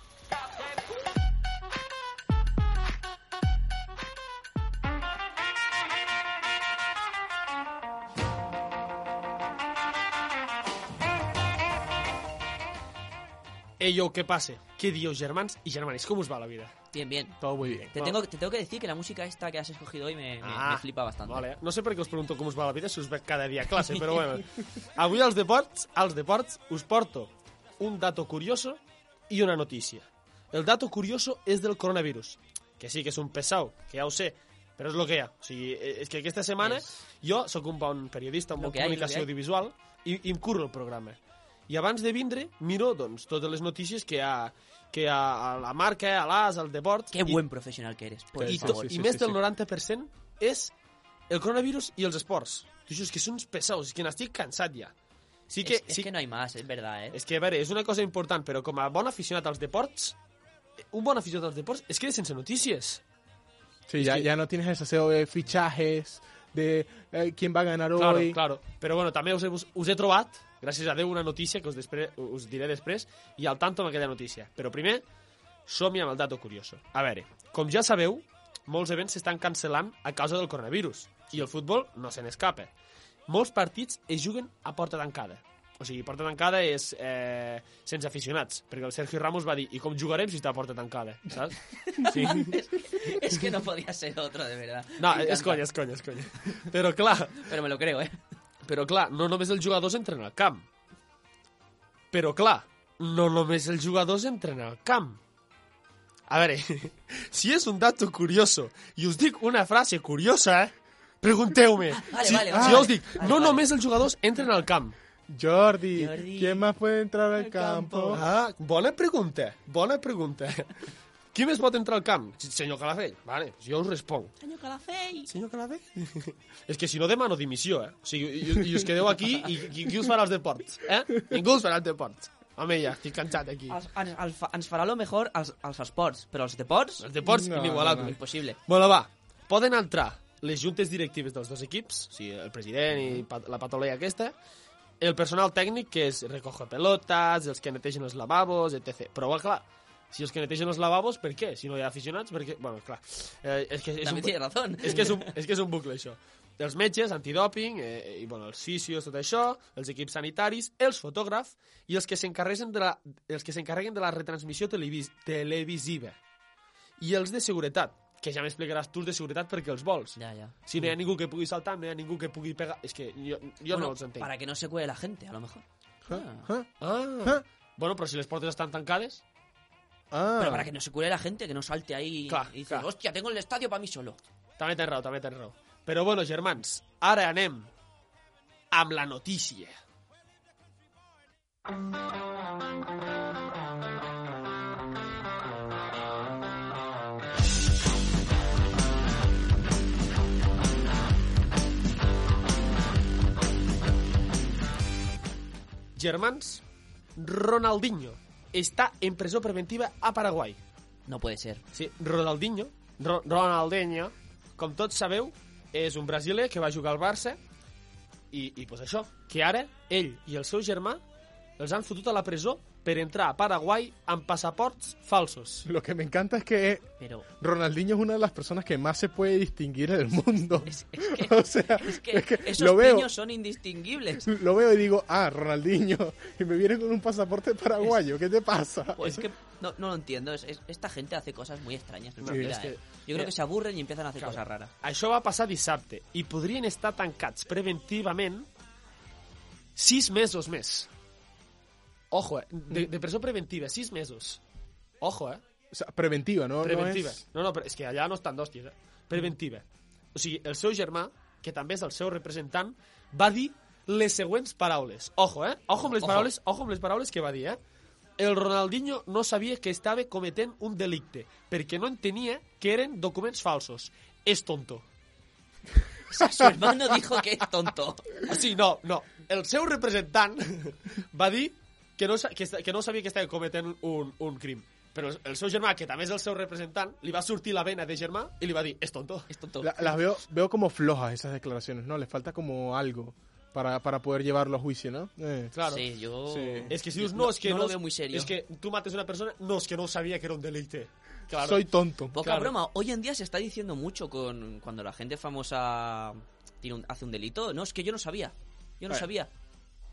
Speaker 3: Ei, yo, què passa? Què dius, germans i germanes? Com us va la vida?
Speaker 2: Bien, bien.
Speaker 1: Todo muy bien.
Speaker 2: Te tengo, te tengo que decir que la música esta que has escogido hoy me, me- me flipa bastante.
Speaker 3: Ah, Vale. No sé per què us pregunto com us va la vida si us veig cada dia a classe, però bueno. Avui als deports, als deports us porto un dato curioso i una notícia. El dato curioso és del coronavirus, que sí que és un pesau, que ja ho sé, però és el que hi ha. O sigui, eh, és que aquesta setmana
Speaker 2: És-
Speaker 3: jo sóc un bon periodista, un
Speaker 2: Lo
Speaker 3: bon
Speaker 2: que hay, lo que
Speaker 3: comunicació
Speaker 2: hay.
Speaker 3: audiovisual i, i em curro el programa. I abans de vindre, miro doncs, totes les notícies que hi ha, que hi ha a la marca, a l'AS, al Deport...
Speaker 2: Qué buen profesional que eres. Por
Speaker 3: I,
Speaker 1: Sí, sí,
Speaker 3: to,
Speaker 2: favor.
Speaker 1: sí,
Speaker 3: i més
Speaker 1: sí,
Speaker 3: del
Speaker 1: sí.
Speaker 3: 90% és el coronavirus i els esports. Tu dius, és que són uns pesaus, és que n'estic cansat ja. Sí que,
Speaker 2: es, es
Speaker 3: sí,
Speaker 2: que no hay más, es verdad, ¿eh?
Speaker 3: és que, a veure, és una cosa important, però com a bon aficionat als deports, un bon aficionat als deports es queda sense notícies.
Speaker 1: Sí, ya,
Speaker 3: que-
Speaker 1: ya no tienes el deseo de fichajes, de eh, quién va a ganar
Speaker 3: Claro,
Speaker 1: hoy.
Speaker 3: claro. Però bueno, també us he, bus- us he trobat, gràcies a Déu, una notícia que us, després, us diré després, i al tanto amb aquella notícia. Però primer, som-hi amb el dato curioso. A veure, com ja sabeu, molts events s'estan cancel·lant a causa del coronavirus, i el futbol no se n'escapa. Molts partits es juguen a porta tancada. O sigui, porta tancada és eh, sense aficionats, perquè el Sergio Ramos va dir i com jugarem si està a porta tancada, saps? Sí.
Speaker 2: Es que no podía ser otro, de verdad.
Speaker 3: No,
Speaker 2: Me
Speaker 3: és
Speaker 2: encanta.
Speaker 3: conya, és conya, és conya. Però clar,
Speaker 2: Pero me lo creo, ¿eh?
Speaker 3: Però clar, no només els jugadors entren al camp. Però clar, no només els jugadors entren al camp. A veure, si és un dato curioso i us dic una frase curiosa, eh? pregunteu-me.
Speaker 2: Ah, vale,
Speaker 3: si,
Speaker 2: vale,
Speaker 3: si
Speaker 2: vale.
Speaker 3: jo us dic,
Speaker 2: Vale,
Speaker 3: no
Speaker 2: vale.
Speaker 3: només els jugadors entren al camp.
Speaker 1: Jordi,
Speaker 2: Jordi.
Speaker 1: ¿quién más puede entrar al campo?
Speaker 3: Ah, bona pregunta, bona pregunta. Qui més pot entrar al camp? Senyor Calafell. Vale, doncs jo us responc.
Speaker 2: Senyor Calafell.
Speaker 3: Senyor Calafell? És que si no demano dimissió, eh? O sigui, i, i us quedeu aquí i, i qui us farà els deports, eh? Ningú us farà els deports. Home, ja, estic cansat aquí.
Speaker 2: Els, ens, el fa- ens farà lo mejor als, als esports, però els deports,
Speaker 3: Els deports,
Speaker 1: No,
Speaker 3: no, inigualable.
Speaker 1: no,
Speaker 3: No,
Speaker 2: impossible.
Speaker 3: Bueno, va, poden entrar les juntes directives dels dos equips, o sigui, el president i pat- la patologia aquesta, el personal tècnic, que és recoge pelotes, els que netegen els lavabos, etc. Però, bueno, clar, si els que netegen els lavabos, per què? Si no hi ha aficionats, per què? Bueno, clar, eh, és, que és,
Speaker 2: També
Speaker 3: un,
Speaker 2: tiene razón.
Speaker 3: és, que és, un, és que és un bucle, això. Els metges, antidòping, eh, i, bueno, els fisios, tot això, els equips sanitaris, els fotògrafs i els que s'encarreguen de, la, els que s'encarreguen de la retransmissió televis, televisiva. I els de seguretat, que ja m'explicaràs tu els de seguretat perquè els vols.
Speaker 2: Ya, ya.
Speaker 3: Si no hi ha ningú que pugui saltar, no hi ha ningú que pugui pegar... És que jo, jo
Speaker 2: Bueno,
Speaker 3: no els entenc.
Speaker 2: Para que no se cuele la gente, a lo mejor. Ah.
Speaker 1: Ah,
Speaker 3: Ah.
Speaker 1: ah,
Speaker 3: Bueno, però si les portes estan tancades...
Speaker 1: ah.
Speaker 2: Pero para que no se cuele la gente, que no salte ahí
Speaker 3: Claro,
Speaker 2: y dice,
Speaker 3: claro.
Speaker 2: hostia, tengo el estadio para mí solo.
Speaker 3: També tens raó, també tens raó. Però bueno, germans, ara anem amb la notícia. Germans, Ronaldinho està en presó preventiva a Paraguai.
Speaker 2: No puede ser.
Speaker 3: Sí, Ronaldinho, Ro Ronaldinho, com tots sabeu, és un brasiler que va jugar al Barça i, i pues això, que ara ell i el seu germà els han fotut a la presó per entrar a Paraguai amb passaports falsos.
Speaker 1: Lo que me encanta es que
Speaker 2: Pero
Speaker 1: Ronaldinho es una de las personas que más se puede distinguir en el mundo.
Speaker 2: es, es que,
Speaker 1: o sea,
Speaker 2: es que esos
Speaker 1: lo veo,
Speaker 2: niños son indistinguibles.
Speaker 1: lo veo y digo, ah, Ronaldinho, y me viene con un pasaporte paraguayo, ¿qué te pasa?
Speaker 2: Pues es que no, no lo entiendo. es- es- esta gente hace cosas muy extrañas. en su
Speaker 3: Sí,
Speaker 2: vida,
Speaker 3: es que-
Speaker 2: eh. Yo creo que se aburren y empiezan a hacer
Speaker 3: Claro.
Speaker 2: cosas raras.
Speaker 3: Això va passar dissabte i podrien estar tancats preventivament sis mesos més. Ojo, eh? De, de presó preventiva, sis mesos. Ojo, eh?
Speaker 1: O sea, preventiva, ¿no? No
Speaker 3: Preventiva.
Speaker 1: es-
Speaker 3: No, no, però és que allà no estan d'hòsties, eh? Preventiva. O sigui, el seu germà, que també és el seu representant, va dir les següents paraules. Ojo, eh? Ojo amb les
Speaker 2: Ojo.
Speaker 3: paraules, ojo amb les paraules que va dir, eh? El Ronaldinho no sabia que estava cometent un delicte, perquè no entenia que eren documents falsos. És tonto.
Speaker 2: O sea, su hermano dijo que es tonto.
Speaker 3: O sigui, no, no. El seu representant va dir que no, sa- que, esta- que no sabia que estava cometent un, un crim. Però el seu germà, que també és el seu representant, li va sortir la vena de germà i li va dir, és tonto.
Speaker 2: Es tonto.
Speaker 1: La- las veo, veo como flojas esas declaraciones, ¿no? Les falta como algo para, para poder llevarlo a juicio, ¿no? Eh,
Speaker 3: Claro.
Speaker 2: Sí, yo.
Speaker 1: Sí.
Speaker 3: És que si dius, no, és que
Speaker 2: no
Speaker 3: no,
Speaker 2: lo veo muy serio.
Speaker 3: És que tu mates una persona, no, és que no sabia que era un delicte. Claro.
Speaker 1: Soy tonto.
Speaker 2: Poca
Speaker 3: Claro.
Speaker 2: broma, hoy en día se está diciendo mucho con cuando la gente famosa tiene un- hace un delito. No, es que yo no sabía. Yo no
Speaker 3: Eh,
Speaker 2: sabía.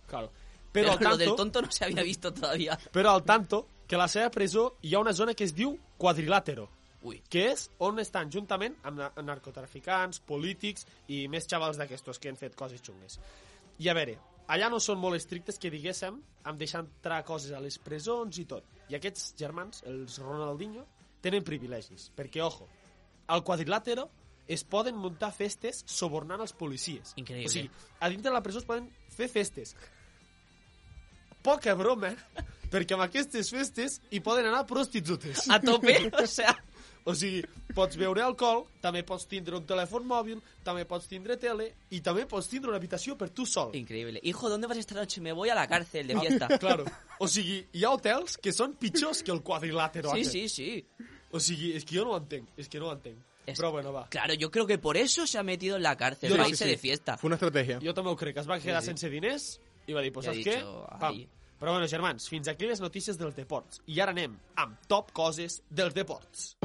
Speaker 3: Claro.
Speaker 2: Pero,
Speaker 3: Però, al
Speaker 2: lo del
Speaker 3: tanto,
Speaker 2: tonto no se había visto todavía.
Speaker 3: però al tanto, que a la seva presó hi ha una zona que es diu quadrilàtero,
Speaker 2: Uy,
Speaker 3: que és on estan juntament amb na- narcotraficants, polítics i més xavals d'aquestos que han fet coses xungues. I a veure, allà no són molt estrictes que diguéssim amb deixar entrar coses a les presons i tot. I aquests germans, els Ronaldinho, tenen privilegis, perquè, ojo, al quadrilàtero es poden muntar festes sobornant els policies.
Speaker 2: Increïble.
Speaker 3: O sigui, a dintre de la presó es poden fer festes. Poca broma, perquè amb aquestes festes hi poden anar prostitutes.
Speaker 2: a tope, o sea.
Speaker 3: O sigui, pots beure alcohol, també pots tindre un telèfon mòbil, també pots tindre tele i també pots tindre una habitació per tu sol.
Speaker 2: Increíble. Hijo, ¿dónde vas esta noche? Me voy a la cárcel de fiesta.
Speaker 3: Claro. O sigui, hi ha hotels que són pitjors que el quadrilàtero.
Speaker 2: Sí,
Speaker 3: aquest.
Speaker 2: sí, sí.
Speaker 3: O sigui, és que jo no ho entenc, és que no ho entenc.
Speaker 2: Es-
Speaker 3: Però bueno, va.
Speaker 2: Claro, yo creo que por eso se ha metido en la cárcel,
Speaker 3: Yo
Speaker 2: para
Speaker 3: no-
Speaker 2: irse
Speaker 3: sí, sí.
Speaker 2: de fiesta.
Speaker 1: Fue una estrategia.
Speaker 3: Jo també ho crec, es va quedar
Speaker 2: sí.
Speaker 3: sense diners i va dir, pues
Speaker 2: I ha
Speaker 3: saps
Speaker 2: dit,
Speaker 3: què?
Speaker 2: "Oh, ai".
Speaker 3: Pam. Però bueno, germans, fins aquí les notícies dels deports. I ara anem amb top coses dels deports.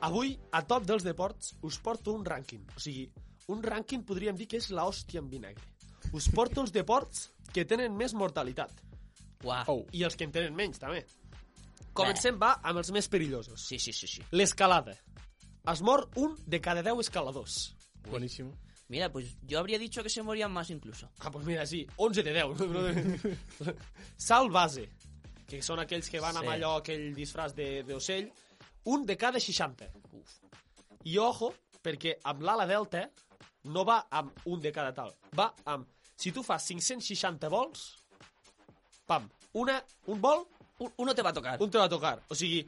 Speaker 3: Avui, a top dels deports, us porto un rànquing. O sigui, un rànquing podríem dir que és la hòstia en vinagre. us porto els deports que tenen més mortalitat.
Speaker 2: Uah.
Speaker 1: Oh.
Speaker 3: I els que en tenen menys, també. Comencem, va, amb els més perillosos.
Speaker 2: Sí, sí, sí, sí.
Speaker 3: L'escalada. Es mor un de cada 10 escaladors.
Speaker 1: Buenísimo.
Speaker 2: Mira, pues yo habría dicho que se morían más incluso.
Speaker 3: Ah, doncs mira, sí, 11 de 10. Salt base, que són aquells que van
Speaker 2: Sí.
Speaker 3: amb allò, aquell disfraç de- d'ocell, un de cada 60. Uf. I ojo, perquè amb l'ala delta no va amb un de cada tal, va amb... Si tu fas 560 vols, pam, una, un vol,
Speaker 2: Un- Uno te va a tocar.
Speaker 3: un te va a tocar. O sigui,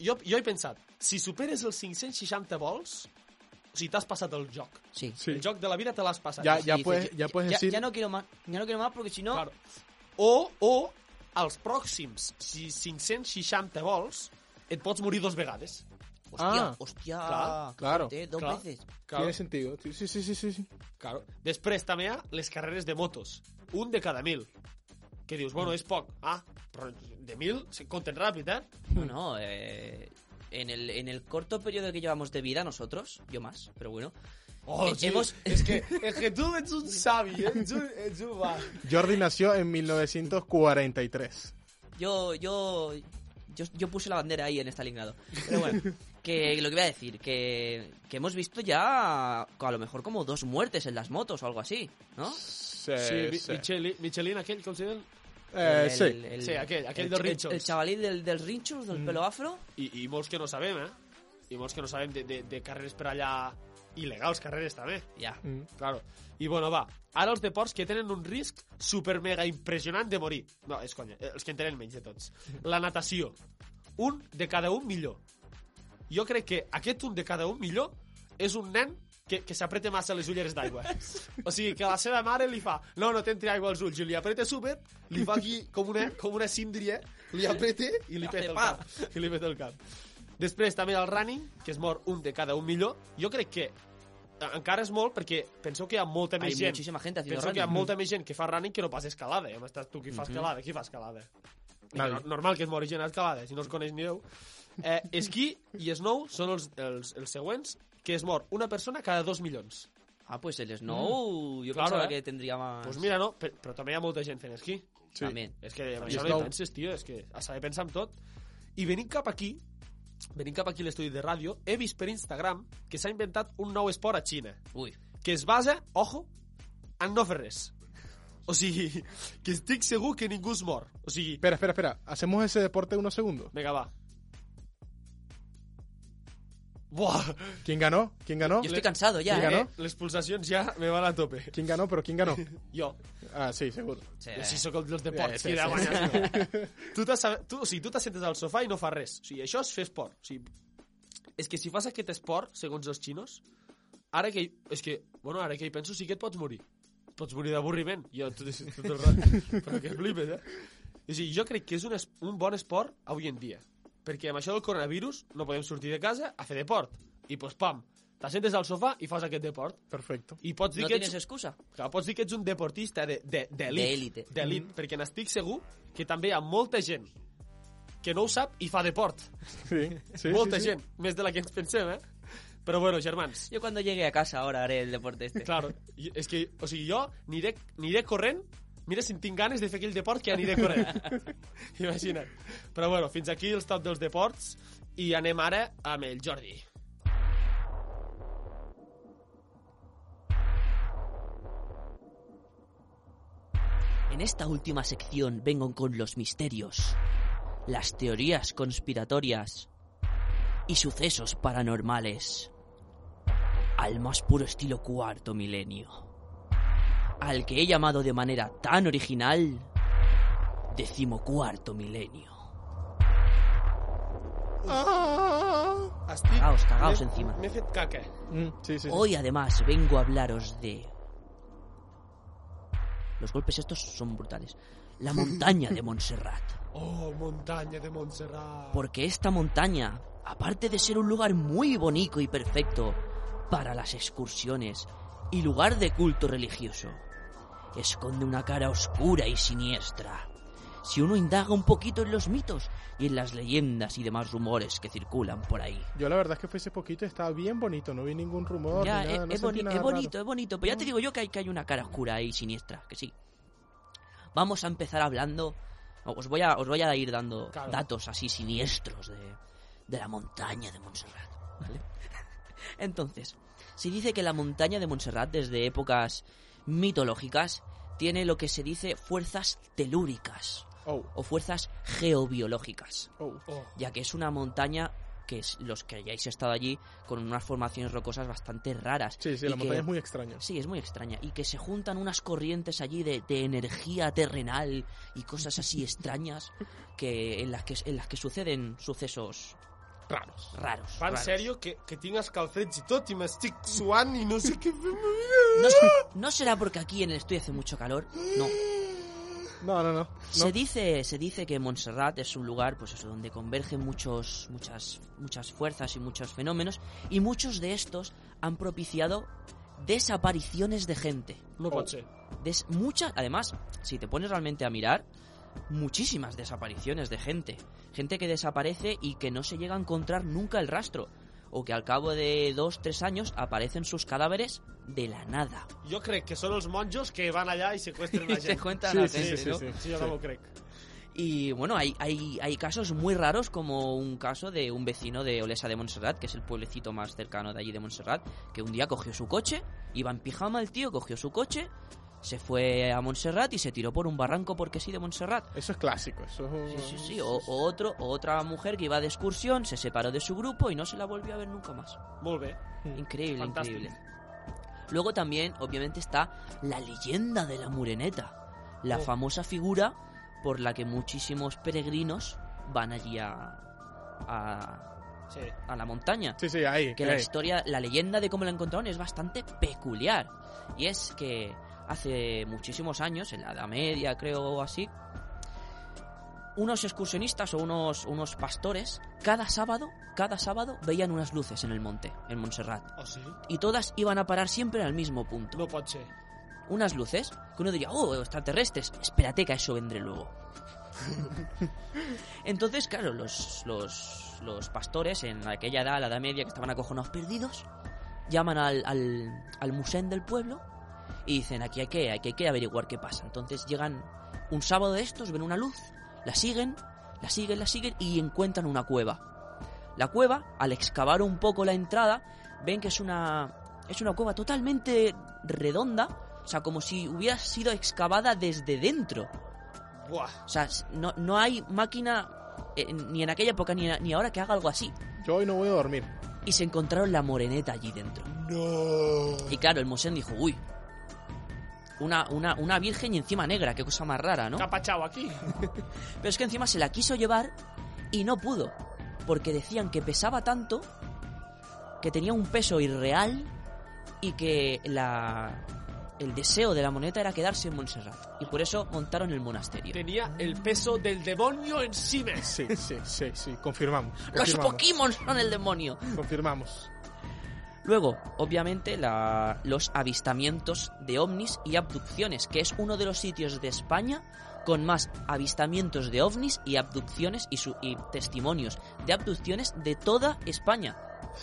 Speaker 3: jo, jo he pensat, si superes els 560 vols, o sigui, t'has passat el joc.
Speaker 2: Sí.
Speaker 1: Sí.
Speaker 3: El joc de la vida te l'has passat.
Speaker 1: Ya,
Speaker 2: Sí,
Speaker 1: ya
Speaker 2: dices,
Speaker 1: puedes,
Speaker 2: yo-
Speaker 1: ya puedes decir.
Speaker 2: Ya no quiero más. Ya no quiero más porque si no.
Speaker 3: Claro. O, o, als pròxims, si 560 vols, et pots morir dos vegades.
Speaker 2: Hostia,
Speaker 1: Ah.
Speaker 2: hostia.
Speaker 3: Claro,
Speaker 1: claro,
Speaker 2: fíjate, dos
Speaker 3: claro.
Speaker 2: veces.
Speaker 1: Tiene sentido. Sí, sí, sí, sí. sí.
Speaker 3: claro. Després també hi ha les carreres de motos. Un de cada mil. Que dius, bueno, és poc. Ah, però de mil se compten ràpid, eh?
Speaker 2: No, no, eh, en, el, en el corto periodo que llevamos de vida, nosotros, yo más, pero bueno.
Speaker 3: Oh,
Speaker 2: Eh, hemos-
Speaker 3: És que, és que tu ets un savi, eh? ets un, ets un va.
Speaker 1: Jordi nació en 1943.
Speaker 2: Yo, yo, yo, yo puse la bandera ahí en Stalingrado. Pero bueno, que lo que iba a decir, que, que hemos visto ya a lo mejor como dos muertes en las motos o algo así, ¿no?
Speaker 1: Sí,
Speaker 3: Sí, Mi Michelin, Michelin aquell, com se diu?
Speaker 1: Eh,
Speaker 2: El-
Speaker 1: sí.
Speaker 2: el-
Speaker 3: Sí, aquell, aquell
Speaker 2: el-
Speaker 3: dels
Speaker 2: el-
Speaker 3: rinxos.
Speaker 2: El, chavalín del, del rinchos,
Speaker 3: Mm.
Speaker 2: del pelo afro.
Speaker 3: I, I molts que no sabem, eh? I molts que no sabem de, de, de carreres per allà... Il·legals carreres, també.
Speaker 2: Ya.
Speaker 1: Mm.
Speaker 3: Claro. I bueno, va, ara els deports que tenen un risc super mega impressionant de morir. No, és conya, eh, els que en tenen menys de tots. La natació. Un de cada un millor. Jo crec que aquest un de cada un millor és un nen que, que s'apreta massa les ulleres d'aigua. O sigui, que la seva mare li fa no, no t'entri aigua als ulls, i li apreta super, li fa aquí com una, com una síndria, li apreta i li peta el cap. I li peta el cap. Després també el running, que es mor un de cada un millor. Jo crec que eh, encara és molt perquè penseu que hi ha molta
Speaker 2: Hay
Speaker 3: més gent.
Speaker 2: muchísima gente haciendo
Speaker 3: Penso que hi ha
Speaker 2: running. Mhm.
Speaker 3: molta més gent que fa running que no pas escalada. Ja m'estàs tu qui fa escalada, qui fa escalada.
Speaker 1: Nadie.
Speaker 3: No, normal que es mori gent a escalada, si no els coneix ni Déu. Eh, esquí i snow són els, els, els següents, que es mor una persona cada dos milions.
Speaker 2: Ah, pues el Snow, yo
Speaker 3: Claro,
Speaker 2: pensaba
Speaker 3: eh.
Speaker 2: que tendría más.
Speaker 3: Doncs pues mira, no, però, però també hi ha molta gent fent esquí.
Speaker 1: Sí.
Speaker 2: También.
Speaker 3: És que amb
Speaker 1: I
Speaker 3: això no
Speaker 1: snow.
Speaker 3: hi penses, tio, és que s'ha de pensar en tot. I venint cap aquí, venint cap aquí a l'estudi de ràdio, he vist per Instagram que s'ha inventat un nou esport a Xina.
Speaker 2: Uy.
Speaker 3: que es basa, ojo, en no fer res. O sigui, que estic segur que ningú es mor. O sigui,
Speaker 1: Espera, espera, espera. Hacemos ese deporte unos segundos.
Speaker 3: vinga, va. Buah!
Speaker 1: ¿Quién ganó? ¿Quién ganó?
Speaker 2: Yo estoy cansado ya,
Speaker 1: Diga,
Speaker 2: ¿eh?
Speaker 1: ¿no?
Speaker 3: les pulsacions ja me van a tope.
Speaker 1: ¿Quién ganó? Pero ¿quién ganó?
Speaker 3: Jo.
Speaker 1: Ah, sí, seguro.
Speaker 2: Sí.
Speaker 3: Jo sí sóc el dels deports.
Speaker 1: Sí, sí,
Speaker 3: qui ha
Speaker 1: sí.
Speaker 3: guanyat, no? tu t'as- tu, o sigui, tu t'assentes al sofà i no fas res. O sigui, això és fer esport. O sigui, és que si fas aquest esport, segons els xinos, ara que, hi- és que, bueno, ara que hi penso, sí que et pots morir. Et pots morir d'avorriment. Jo, tu, tu, tu, però que flipes, eh? O sigui, jo crec que és un, es, un bon esport avui en dia. Perquè amb això del coronavirus no podem sortir de casa a fer deport. I doncs, pam, t'assentes al sofà i fas aquest deport.
Speaker 1: Perfecto.
Speaker 3: I pots dir
Speaker 2: No
Speaker 3: que
Speaker 2: tienes
Speaker 3: ets
Speaker 2: excusa.
Speaker 3: Clar, pots dir que ets un deportista de- de- d'elit.
Speaker 2: D'élite.
Speaker 3: D'elit. Mm. Perquè n'estic segur que també hi ha molta gent que no ho sap i fa deport.
Speaker 1: Sí, sí,
Speaker 3: molta
Speaker 1: sí, sí.
Speaker 3: gent, més de la que ens pensem, eh? Però bueno, germans,
Speaker 2: Yo cuando llegue a casa ahora haré el deporte este.
Speaker 3: claro, i- és que, o sigui, jo aniré, aniré corrent, mira si en tinc ganes de fer aquell deport que aniré corrent. Imagina't. Però bueno, fins aquí els top dels deports i anem ara amb el Jordi.
Speaker 2: En esta última sección vengo con los misterios, las teorías conspiratorias y sucesos paranormales. Al más puro estilo cuarto milenio. Al que he llamado de manera tan original, decimocuarto milenio.
Speaker 3: Estic...
Speaker 2: Cagaos, cagaos
Speaker 3: m'he-
Speaker 2: encima.
Speaker 3: M'he fet caca.
Speaker 1: Mm, sí, sí, sí.
Speaker 2: Hoy además vengo a hablaros de... Los golpes estos son brutales. La montaña de Montserrat.
Speaker 3: Oh, muntanya de Montserrat.
Speaker 2: porque esta montaña, aparte de ser un lugar muy bonito y perfecto para las excursiones y lugar de culto religioso, esconde una cara oscura y siniestra, si uno indaga un poquito en los mitos y en las leyendas y demás rumores que circulan por ahí.
Speaker 1: Yo la verdad es que fue hace poquito y estaba bien bonito, no vi ningún rumor.
Speaker 2: Ya,
Speaker 1: ni
Speaker 2: es,
Speaker 1: nada, no
Speaker 2: es
Speaker 1: sentí
Speaker 2: boni-
Speaker 1: nada
Speaker 2: es bonito,
Speaker 1: raro.
Speaker 2: es bonito. Pero ya te digo yo que hay, que hay una cara oscura ahí siniestra, que sí. Vamos a empezar hablando. Os voy a, os voy a ir dando
Speaker 3: Claro.
Speaker 2: datos así siniestros de, de la montaña de Montserrat. ¿vale? Entonces, se dice que la montaña de Montserrat, desde épocas mitológicas, tiene lo que se dice fuerzas telúricas
Speaker 1: Oh,
Speaker 2: o fuerzas geobiológicas
Speaker 1: oh.
Speaker 2: ya que es una montaña que es, los que hayáis estado allí con unas formaciones rocosas bastante raras.
Speaker 1: Sí, sí,
Speaker 2: y
Speaker 1: la
Speaker 2: que-
Speaker 1: montaña es muy extraña.
Speaker 2: Sí, es muy extraña. Y que se juntan unas corrientes allí de, de energía terrenal y cosas así extrañas que en las que, en las que suceden sucesos
Speaker 1: Raros.
Speaker 2: raros.
Speaker 3: Va, en
Speaker 2: raros.
Speaker 3: sèrio, que, que tinc els calcets i tot, i m'estic suant i no sé què...
Speaker 2: No, se- no será porque aquí en el estudio hace mucho calor. No.
Speaker 1: No, no, no.
Speaker 2: Se dice, se dice que Montserrat es un lugar, pues eso, donde convergen muchos, muchas, muchas fuerzas y muchos fenómenos, y muchos de estos han propiciado desapariciones de gente.
Speaker 3: No pot ser.
Speaker 2: Des- muchas, además, si te pones realmente a mirar, muchísimas desapariciones de gente. Gente que desaparece y que no se llega a encontrar nunca el rastro. O que al cabo de dos, tres años aparecen sus cadáveres de la nada.
Speaker 3: Jo crec que són els monjos que van allà i seqüestren la
Speaker 2: Y te
Speaker 3: gent.
Speaker 2: cuentan
Speaker 1: Sí,
Speaker 2: la
Speaker 1: sí,
Speaker 2: gente,
Speaker 1: sí, sí,
Speaker 2: ¿no?
Speaker 1: sí.
Speaker 3: Sí, jo també ho crec.
Speaker 2: Y bueno, hay, hay, hay casos muy raros, como un caso de un vecino de Olesa de Montserrat, que es el pueblecito más cercano de allí de Montserrat, que un día cogió su coche, iba en pijama el tío, cogió su coche, se fue a Montserrat y se tiró por un barranco porque sí de Montserrat.
Speaker 1: Eso es clásico, eso es...
Speaker 2: Sí,
Speaker 1: un-
Speaker 2: sí, sí. O, o otro, o otra mujer que iba de excursión, se separó de su grupo y no se la volvió a ver nunca más.
Speaker 3: Molt bé.
Speaker 2: Increíble,
Speaker 3: Fantástico.
Speaker 2: increíble. Luego también, obviamente, está la leyenda de la Mureneta, la
Speaker 3: Oh.
Speaker 2: famosa figura por la que muchísimos peregrinos van allí a, a,
Speaker 3: Sí.
Speaker 2: a la montaña.
Speaker 1: Sí, sí, ahí.
Speaker 2: Que la
Speaker 1: ahí.
Speaker 2: historia, la leyenda de cómo la encontraron es bastante peculiar. Y es que hace muchísimos años, en la Edad Media creo o así, unos excursionistas o unos, unos pastores, cada sábado, cada sábado veían unas luces en el monte, en Montserrat.
Speaker 3: O Oh, sí?
Speaker 2: Y todas iban a parar siempre al mismo punto.
Speaker 3: No pot ser.
Speaker 2: Unas luces que uno diría, oh, extraterrestres, espérate que a eso vendré luego. Entonces, claro, los, los, los pastores en aquella edad, la edad media, que estaban acojonados perdidos, llaman al, al, al musén del pueblo y dicen, aquí hay que, aquí hay que averiguar qué pasa. Entonces llegan un sábado de estos, ven una luz, la siguen, la siguen, la siguen y encuentran una cueva. La cueva, al excavar un poco la entrada, ven que es una, es una cueva totalmente redonda, o sea, como si hubiera sido excavada desde dentro.
Speaker 3: Buah.
Speaker 2: O sea, s- no, no hay máquina, eh, ni en aquella época ni, ni ahora, que haga algo así.
Speaker 1: Yo hoy no voy a dormir.
Speaker 2: Y se encontraron la moreneta allí dentro.
Speaker 3: No.
Speaker 2: Y claro, el Mosén dijo, uy, una, una, una virgen y encima negra, qué cosa más rara, ¿no?
Speaker 3: Capachao aquí.
Speaker 2: Pero es que encima se la quiso llevar y no pudo, porque decían que pesaba tanto, que tenía un peso irreal y que la, el deseo de la moneta era quedarse en Montserrat. Y por eso montaron el monasterio.
Speaker 3: Tenía el peso del demonio encima.
Speaker 1: Sí, sí, sí, sí, confirmamos.
Speaker 2: Los
Speaker 1: confirmamos,
Speaker 2: Pokémon son el demonio.
Speaker 1: Confirmamos.
Speaker 2: Luego, obviamente, la- los avistamientos de ovnis y abducciones, que es uno de los sitios de España con más avistamientos de ovnis y abducciones y, su- y testimonios de abducciones de toda España.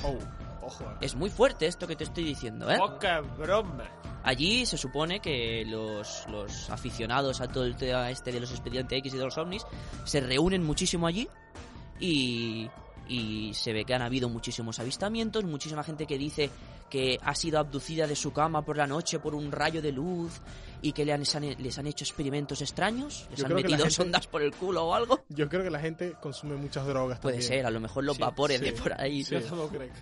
Speaker 1: Oh,
Speaker 3: Ojo, eh.
Speaker 2: Es muy fuerte esto que te estoy diciendo, ¿eh?
Speaker 3: Poca broma.
Speaker 2: Allí se supone que los, los aficionados a todo el tema este de los expedientes X y de los ovnis se reúnen muchísimo allí y, y se ve que han habido muchísimos avistamientos, muchísima gente que dice que ha sido abducida de su cama por la noche por un rayo de luz y que le han, les han, les han hecho experimentos extraños, les
Speaker 1: Yo
Speaker 2: han
Speaker 1: creo que la
Speaker 2: metido
Speaker 1: gente-
Speaker 2: sondas por el culo o algo.
Speaker 1: yo creo que la gente consume muchas drogas
Speaker 2: Puede
Speaker 1: también.
Speaker 2: ser, a lo mejor los
Speaker 1: Sí,
Speaker 2: vapores
Speaker 1: sí,
Speaker 2: de por ahí.
Speaker 1: sí.
Speaker 3: Jo també ho crec.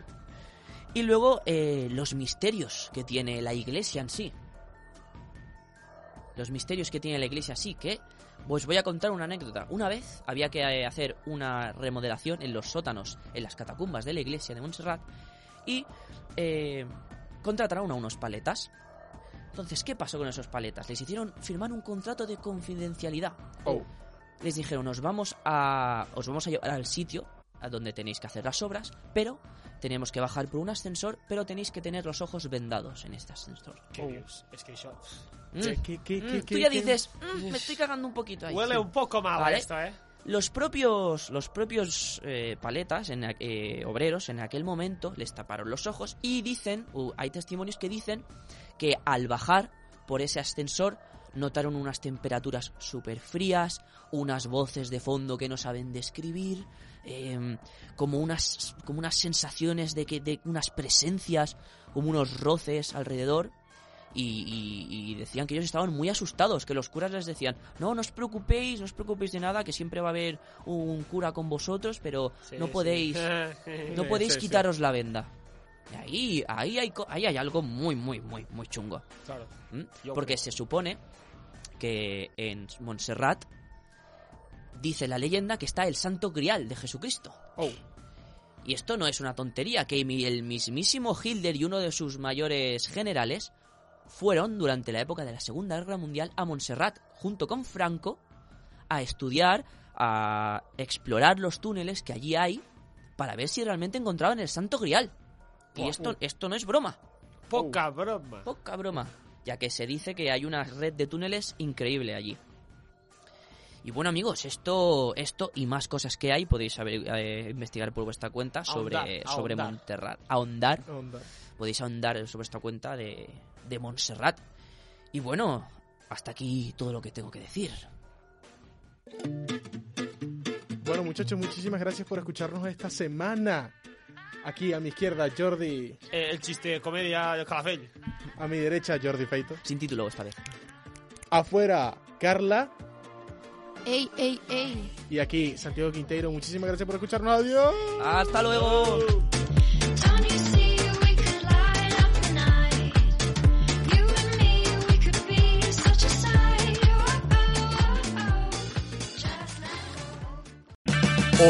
Speaker 2: Y luego eh, los misterios que tiene la iglesia en sí. Los misterios que tiene la iglesia, sí que. Pues voy a contar una anécdota. Una vez había que eh, hacer una remodelación en los sótanos, en las catacumbas de la iglesia de Montserrat, y eh, contrataron a unos paletas. Entonces, ¿qué pasó con esos paletas? Les hicieron firmar un contrato de confidencialidad
Speaker 1: Oh,
Speaker 2: les dijeron, os vamos a, os vamos a llevar al sitio a donde tenéis que hacer las obras, pero tenemos que bajar por un ascensor, pero tenéis que tener los ojos vendados en este ascensor.
Speaker 3: Què dius? És que això...
Speaker 2: Mm.
Speaker 1: ¿Qué, qué, qué,
Speaker 2: Mm,
Speaker 1: qué,
Speaker 2: Tú ya
Speaker 1: qué?
Speaker 2: dices, "Mm, me estoy cagando un poquito ahí.
Speaker 3: Huele
Speaker 2: Sí.
Speaker 3: un poco mal
Speaker 2: Vale.
Speaker 3: esto, eh?
Speaker 2: Los propios, los propios eh, paletas, en, aqu- eh, obreros, en aquel momento les taparon los ojos y dicen, o hay testimonios que dicen que al bajar por ese ascensor notaron unas temperaturas súper frías, unas voces de fondo que no saben describir, eh, como, unas, como unas sensaciones de, que, de unas presencias, como unos roces alrededor. Y, y- y decían que ellos estaban muy asustados, que los curas les decían, no, no os preocupéis, no os preocupéis de nada, que siempre va a haber un cura con vosotros, pero no podéis, no
Speaker 1: Sí,
Speaker 2: podéis
Speaker 1: sí, sí.
Speaker 2: quitaros la venda. Y ahí, ahí, hay, co- ahí hay algo muy, muy, muy, muy chungo.
Speaker 3: Claro.
Speaker 2: ¿Mm?
Speaker 3: Yo
Speaker 2: Porque
Speaker 3: creo.
Speaker 2: se supone que en Montserrat dice la leyenda que está el santo grial de Jesucristo. Y esto no es una tontería, que mi- el mismísimo Hitler y uno de sus mayores generales fueron durante la época de la Segunda Guerra Mundial a Montserrat junto con Franco a estudiar, a explorar los túneles que allí hay para ver si realmente encontraban el santo grial. Y esto, esto no es broma.
Speaker 3: Poca broma.
Speaker 2: Poca broma, ya que se dice que hay una red de túneles increíble allí. Y bueno amigos, esto, esto y más cosas que hay podéis saber- eh, investigar por vuestra cuenta sobre,
Speaker 3: Ahondar,
Speaker 2: sobre
Speaker 3: ahondar.
Speaker 2: Montserrat. Ahondar,
Speaker 1: Onda.
Speaker 2: podéis ahondar sobre esta cuenta de, de Montserrat. Y bueno, hasta aquí todo lo que tengo que decir.
Speaker 1: Bueno, muchachos, muchísimas gracias por escucharnos esta semana. Aquí a mi izquierda, Jordi.
Speaker 3: Eh, el chiste de comedia de Calafell.
Speaker 1: A mi derecha, Jordi Feito.
Speaker 2: Sin título esta vez.
Speaker 1: Afuera, Carla.
Speaker 4: Ey, ey, ey.
Speaker 1: Y aquí, Santiago Quinteiro. Muchísimas gracias por escucharnos. Adiós.
Speaker 2: ¡Hasta luego!
Speaker 7: Don't you see we could light up the night? You and me, we could be such a sight. Just let